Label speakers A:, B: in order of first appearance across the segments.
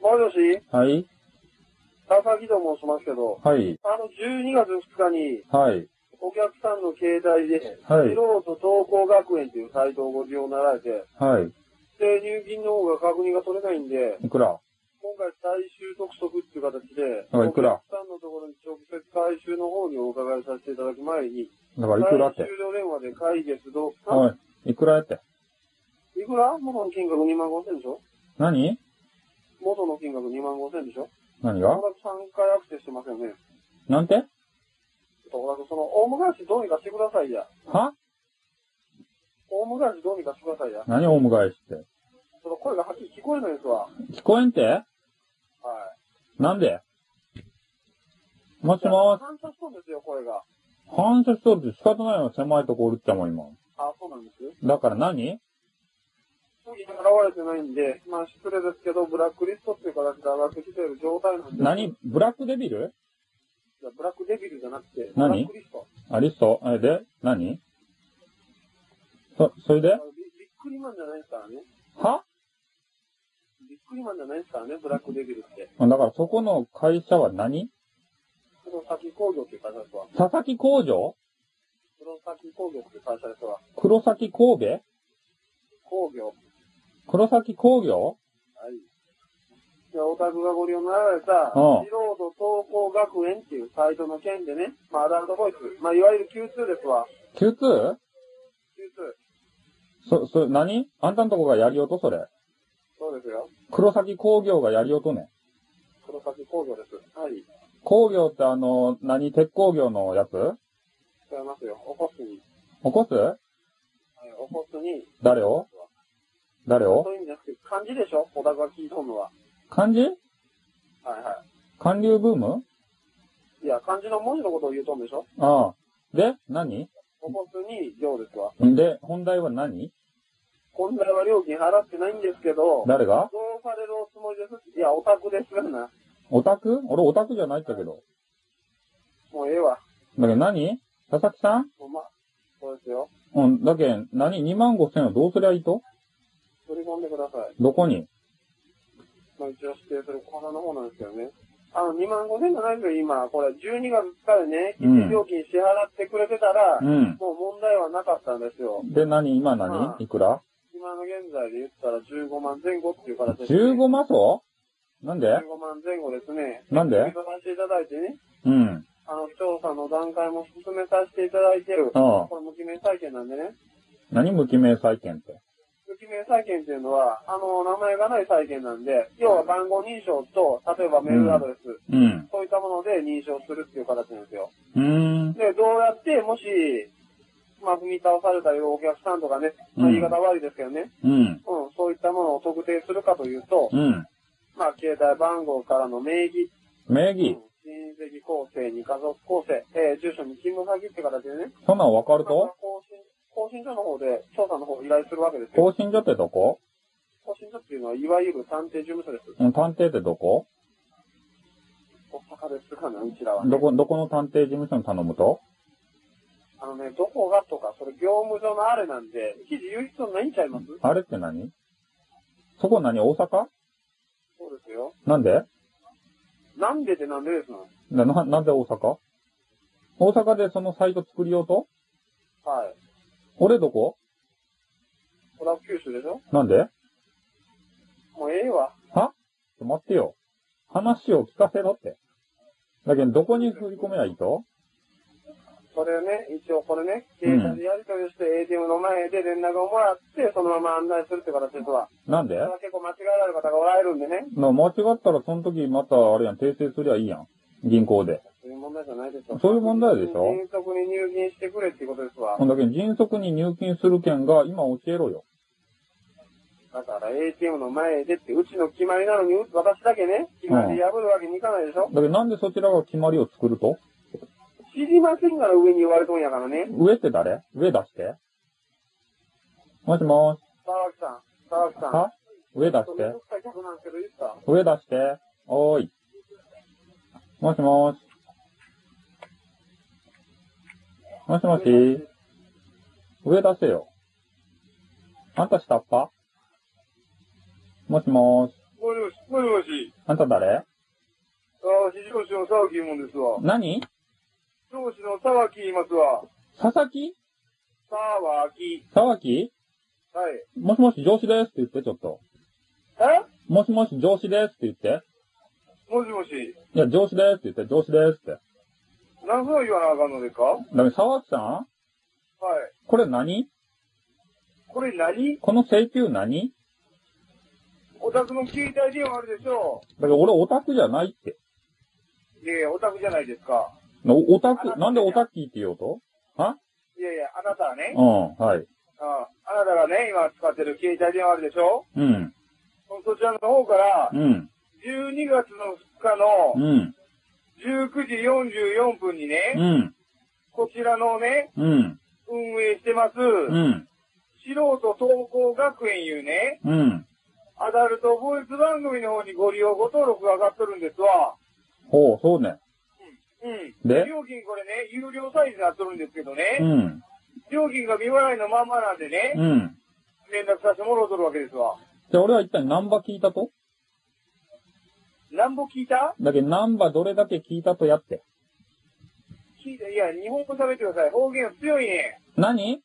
A: もし、
B: はい
A: 川崎と申しますけど、
B: はい。
A: あの、12月2日に、
B: はい。
A: お客さんの携帯で、
B: はい
A: 素人投稿学園というサイトをご利用になられて、
B: はい。
A: で、入金の方が確認が取れないんで、
B: いくら
A: 今回最終督促っていう形で、
B: はいいくら
A: お客さんのところに直接回収の方にお伺いさせていただく前に、
B: だからいくらっ
A: 回。
B: て
A: 収の電話で解決どう
B: おい、いくらやって。
A: いくら元の金額2万5千でしょ
B: 何
A: 元の金額2万5千でしょ
B: 何
A: お
B: が
A: 楽さん回アクセスしてませんね。
B: なんて
A: お楽その、大昔どうにかしてくださいや。
B: は
A: 大昔どうにかしてくださいや。
B: 何オウム返しっ
A: その声がはっきり聞こえないですわ。は
B: て。聞こえんて
A: い。
B: なんでもしもし、
A: 反射しとんですよ、声が。
B: 反射しとるって仕方ないの狭いとこおるっちゃもん今。
A: あ、そうなんです。
B: だから何
A: 次現れてないんで、まあ失礼ですけど、ブラックリストっていう形で上がってきてる状態なんで。い
B: 何ブラックデビル
A: やブラックデビルじゃなくて、ブラ
B: 何
A: ックリスト。
B: あリストえ、で何そ、それで
A: あのビビックリマンじゃないですからね。
B: は
A: ビックリマンじゃないですからね、ブラックデビルって。
B: だからそこの会社は何
A: 黒崎工業っていう会社ですわ。
B: 佐々木工場
A: 黒崎工業っていう会社ですわ。
B: 黒崎神戸
A: 工業。
B: 黒崎工
A: は
B: 業
A: い。じゃあ、オタクがご利用になられた、
B: うん
A: リロード投稿学園っていうサイトの件でね、まあ、アダルトボイス、まあ、いわゆる Q2 ですわ。
B: ?Q2?
A: Q2。
B: そ、そ、何あんたんとこがやりよとそれ。
A: そうですよ。
B: 黒崎工業がやりよとね。
A: 黒崎工業です。はい。
B: 工業ってあの、何鉄工業のやつ
A: 違いますよ。オコスに。
B: 起こす
A: はい、オコスに。
B: 誰を誰を
A: そういう意味じゃなくて、漢字でしょオタクが聞いとんのは。
B: 漢字
A: はいは
B: 韓流ブーム
A: い。いや、漢字の文字のことを言うとんでしょ
B: ああ。で、何
A: オコスに行ですわ。
B: で、本題は何
A: 本来は料金払ってないんですけど、どう
B: 誰が
A: されるおつもりですいや、オタクですがな。
B: オタク俺オタクじゃないんだけど。
A: もうええわ。
B: だけど何佐々木さん
A: ほんま。そうですよ。
B: うん、だけん何 ?2 万5千はどうすりゃいいと
A: 取り込んでください。
B: どこに
A: まあ、一応指定するコーナーの方なんですけどね。あの、2万5千じゃないですよ、今。これ、12月からね、
B: うん
A: 一時料金支払ってくれてたら、
B: うん。
A: もう問題はなかったんですよ。
B: で、何今何
A: はい
B: いくら
A: 今の現在で言ったら15万前後っていう形です、ね。
B: ?15 マソなんで
A: 15万前後ですね。
B: なんで
A: 受け取らせていただいてね、
B: うん。
A: あの、調査の段階も進めさせていただいてる。
B: ああ。
A: これ、無記名債権なんでね。
B: 何無記名債権って。
A: 無記名債権っていうのは、あの、名前がない債権なんで、要は番号認証と、例えばメールアドレス、
B: うん。
A: そういったもので認証するっていう形なんですよ。
B: うーん。
A: で、どうやって、もし、まあ、踏み倒されたりお客さんとかね、まあ、
B: うん
A: 言い方悪いですけどね、
B: うん。
A: うん、そういったものを特定するかというと、
B: うん。
A: まあ、携帯番号からの名義、
B: 名
A: うん
B: 義。
A: 親戚構成に家族構成、えー住所に勤務先って形でね、
B: そんなんわかる
A: ま
B: と
A: あ更新、更新所の方で調査の方を依頼するわけですよ。
B: 更新所ってどこ
A: 更新所っていうのは、いわゆる探偵事務所です。
B: うん探偵ってどこ
A: 大阪ですかね、うちらは、ね。
B: どこ、どこの探偵事務所に頼むと
A: あのね、どこがとか、それ業務上のあれなんで、記事言う必要ないんちゃいます
B: あれって何そこ何大阪
A: そうですよ。
B: なんで
A: なんでってなんでですの
B: な、ななんで大阪大阪でそのサイト作りようと
A: はい。
B: 俺どこ
A: これは九州でしょ
B: なんで
A: もうええわ。
B: はちょ待ってよ。話を聞かせろって。だけど、どこに振り込めばいいと
A: それね、一応これね、
B: う
A: 携
B: ん
A: 帯でやり取りをして、ATM の前で連絡をもらって、そのまま案内するって形ですわ。
B: なんで
A: ただ結構間違えられる方がおられるんでね。
B: な間違ったらその時またあれやん、訂正すりゃいいやん。銀行で。
A: そういう問題じゃないですよ。
B: そういう問題でしょ
A: 迅速に入金してくれっていうことですわ。
B: ほんだけど迅速に入金する件が今教えろよ。
A: だから ATM の前でって、うちの決まりなのに、う私だけね、決まり破るわけにいかないでしょ
B: だけどなんでそちらが決まりを作ると
A: 知りませんから上に言われとんやからね。
B: 上って誰上出して。もしもーし。
A: 沢木さん、沢木さん。
B: は上出
A: ちょっ
B: し
A: とめん
B: て
A: ど。くさい客なんですけど、いいですか
B: 上出して。おーい。もしもーし。もしもし。上出せよ。あんた下っ端もしもーし。
A: もしもし、もしもし。
B: あんた誰
A: ああ、非常時の沢木いうんですわ。
B: 何
A: 上司の沢木いますわ。
B: 佐々木
A: 沢木。
B: 沢木
A: はい。
B: もしもし上司ですって言って、ちょっと。
A: え
B: もしもし上司ですって言って。
A: もしもし。
B: いや、上司ですって言って、上司ですって。
A: 何分言わなあかんのですかはい。
B: だめ、沢木さんこれ何
A: これ何
B: この請求何
A: お宅の携帯電話あるでしょ
B: だけど俺オタクじゃないって。
A: ういやいや、お宅じゃないですか。
B: おオタク、なんでオタキーって言おうと
A: いやいや、あなたはね、
B: うん、はい。
A: ああなたがね、今使ってる携帯電話あるでしょ
B: うん、
A: そちらの方から、
B: うん、
A: 12月の2日の
B: うん、
A: 19時44分にね、
B: うん、
A: こちらのね、
B: うん、
A: 運営してます、
B: うん、
A: 素人投稿学園いうね、
B: うん。
A: アダルトボイス番組の方にご利用ご登録が上がっとるんですわ。
B: ほう、そうね。
A: うん。
B: で
A: 料金これね、有料サイズになっとるんですけどね、
B: うん、
A: 料金が未払いのまんまなんでね、
B: うん。
A: 連絡させてもろうとるわけですわ。
B: じゃあ俺は一体何波聞いたと
A: なんぼ聞いた
B: だけど何波どれだけ聞いたとやって。
A: 聞いた。いや、日本語喋ってください。方言強いね。
B: 何い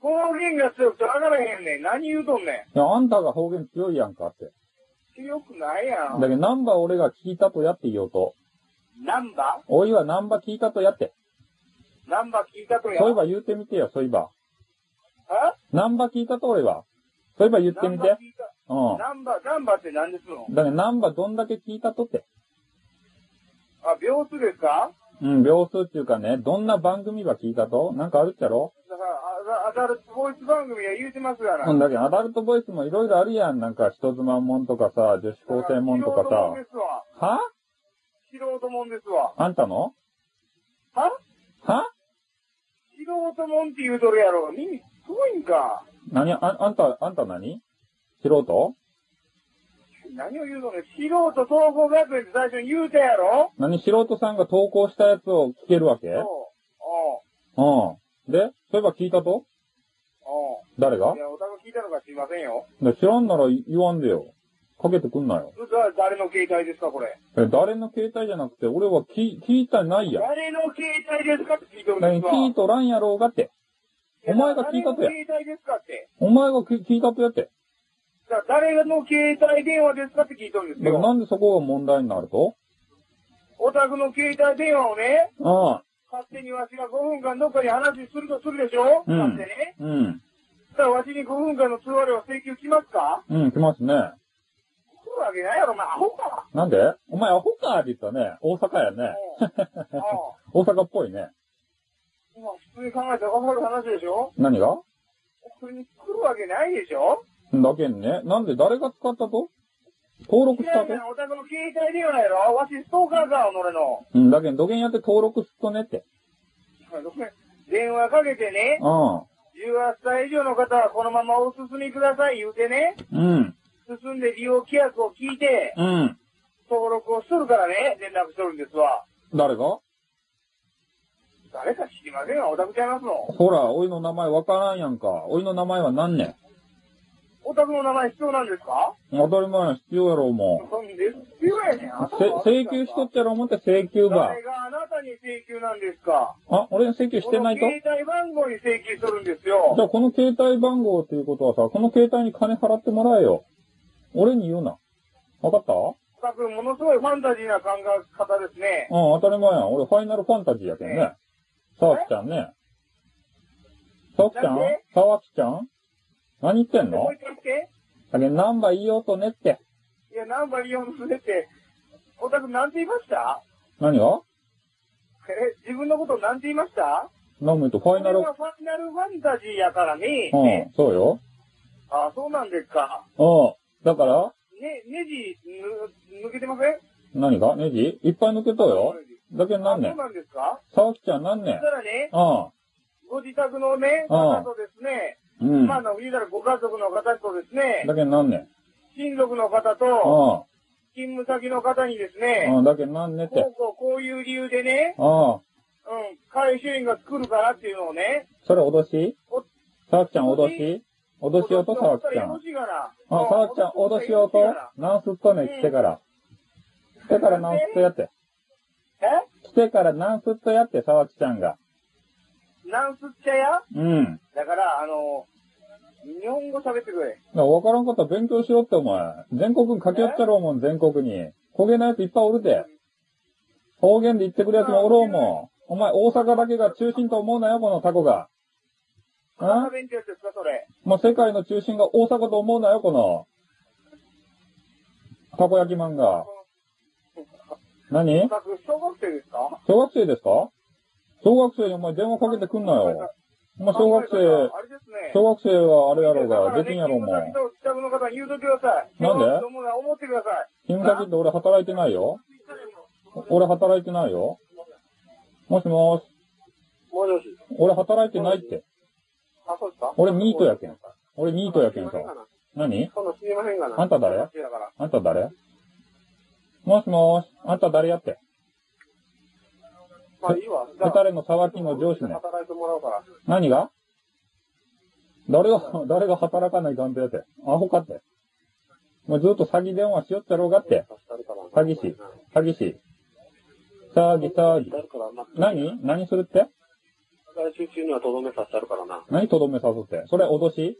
A: 方言が強くて上がらへんねん。何言うとんね
B: や、あんたが方言強いやんかって。
A: ん。強くないや
B: だ
A: ん。
B: けど何波俺が聞いたとやって言おうと。
A: ナンバ
B: おいは何波聞いたとやって。
A: ナンバ聞いたとや。
B: そういえば言うてみてよ、そういえば。
A: あ
B: 何波聞いたと俺は。そういえば言ってみて。
A: 聞いた。
B: うん。
A: ナンバ、ナンバって何ですの
B: だけど何波どんだけ聞いたとって。
A: あ、秒数ですか
B: うん、秒数っていうかね、どんな番組ば聞いたとなんかあるっちゃろ
A: だから、アダアダルトボイス番組は言うてますから。
B: うん、だけどアダルトボイスもいろいろあるやん。なんか人妻もんとかさ、女子高生もんとか
A: 素人もんで
B: さ。
A: すわ。
B: は
A: 素人もんですわ。
B: あんたの
A: は
B: は
A: 素人もんって言うとるやろ。耳、すごいんか。
B: 何あ、あんた、あんた何素人
A: 何を言うのね。素人総合学園って最初に言うたやろ
B: 何素人さんが投稿したやつを聞けるわけ
A: そう。おう
B: うん。で、そういえば聞いた
A: お
B: と
A: う
B: 誰が
A: いや、お宅聞いたのか知りませんよ。
B: で知らんなら言わんでよ。かけてくんなよ。
A: それは誰の携帯ですか、これ。
B: え誰の携帯じゃなくて、俺は聞聞いたないやん。
A: 誰の携帯ですかって聞いてるん
B: だ
A: で
B: け
A: す
B: ど
A: わ。
B: 聞いとらんやろうがって。お前が聞いたとや
A: 誰の携帯ですかって。
B: お前が聞聞いたとやって。
A: じゃあ誰の携帯電話ですかって聞いとるんで
B: だ
A: す
B: からな
A: よ。
B: んでそこが問題になると
A: お宅の携帯電話をね、
B: ああ。
A: 勝手にわしが5分間どっかに話するとするでしょ、
B: うん
A: だってね。
B: うん。
A: じゃあわしに5分間の通話料請求来ますか
B: うん、来ますね。
A: 来るわけないやろ、お前アホか。
B: なんでお前アホかって言ったね。大阪やね。
A: うんうん
B: 大阪っぽいね。
A: 今普通に考えたら分かる話でしょ
B: 何が
A: これに来るわけないでしょ
B: だけんね。なんで誰が使ったと登録
A: 違
B: した
A: う
B: と
A: やん、お宅の携帯電話やろわしストーカーか、俺の。
B: うん、だけん、どげんやって登録すっとねって。
A: 電話かけてね、
B: う
A: 18歳以上の方はこのままお進みください言うてね、
B: ん。うん。
A: 進んで利用規約を聞いて、
B: うん。
A: 登録をしとるからね、連絡しとるんですわ。
B: 誰が
A: 誰か知りませんわ、お宅ちゃいますの。
B: ほら、おいの名前わからんやんか。おいの名前は何ね
A: お宅の名前必要なんですか
B: ん当たり前や必要やろ、も
A: なんで必要やねん。
B: う。せ請求しとっちゃろ思って請求ば
A: 誰。があなたに請求なんですか
B: あ、俺の請求してないと
A: この携帯番号に請求するんです
B: じゃ
A: よ。
B: あこの携帯番号っていうことはさ、この携帯に金払ってもらえよ。俺に言うな。わかった
A: お宅、ものすごいファンタジーな考え方ですね。
B: うん、当たり前やん。俺ファイナルファンタジーやけんね。さわきちゃんね。さわきちゃん
A: なんで
B: さわきちゃん何言ってん
A: も
B: の
A: う一回言って。
B: だけどナンバー言いようとねって。
A: いや、ナンバー4のれって、お宅なんて言いました
B: 何が
A: え、自分のことなんて言いました
B: 何も言うとファイナル
A: これ、はファイナルファンタジーやからね。
B: うん、そうよ。
A: あ、そうなんですか。
B: うん。だから、
A: ね、ネジ、ぬ、抜けてません
B: 何がネジいっぱい抜けとうよ。だけど
A: あ、
B: 何
A: そう
B: 年
A: なんですか
B: さわきちゃん何
A: そ
B: 年
A: したらね、
B: う
A: ご自宅のね、
B: うん
A: 方とですね、
B: ん。うん。
A: まあ、
B: だ
A: あの、言うたらご家族の方とです
B: け
A: ね、
B: ど何年
A: 親族の方と、
B: う
A: 勤務先の方にですね
B: ん。、うん。だけど何年っ
A: こ
B: て
A: う。こう、こういう理由でね、
B: う
A: う
B: ん。
A: ん、回収員が来るからっていうのをね、
B: それ脅し
A: お
B: さわきちゃん脅し脅しようとさわきちゃん。あ、さわきちゃん脅しようと。何すっとね来てから。来てから何ストやって。
A: え
B: 来てから何ストやって、沢木ちゃんが。
A: なんすっちゃや
B: うん。
A: だから、あの、日本語喋ってくれ。
B: だから分からんことは勉強しろって、お前。全国に駆け寄っちゃろうもん、全国に。焦げなやついっぱいおるで。方言で言ってくるやつもおろうもん。お前、大阪だけが中心と思うなよ、このタコが。
A: 何の
B: あ
A: 勉強ですか、それ。
B: もう世界の中心が大阪と思うなよ、この。たこ焼き漫画。何
A: 全く小学生ですか
B: 小学生ですか小学生にお前電話かけてくんなよ。お前小学生、
A: あれですね。
B: 小学生はあれやろうが、できんやろうも
A: だから
B: ん
A: ね。近くの方に言うときください。
B: なんで
A: どうも思ってください。
B: 君だけって俺働いてないよ。俺働いてないよ。もしもし、
A: もしもし。
B: 俺働いてないって。
A: あ、そうですか
B: 俺ニートやけん
A: ん。
B: 俺ニートやけんさ。何
A: そんな知りませんがな。
B: あんた誰
A: だから
B: あんた誰もしもし、あんた誰やって。
A: まあいいわ。
B: 二人の沢木の上司ね。
A: 働いてもらうから。
B: 何が誰が、誰が働かないかんとやて。アホかって。もうずっと詐欺電話しよったろうがって。詐欺師。詐欺師。詐欺詐欺。何何するって
A: 来週中にはとどめさせてあるからな。
B: 何とどめさすって。それ脅し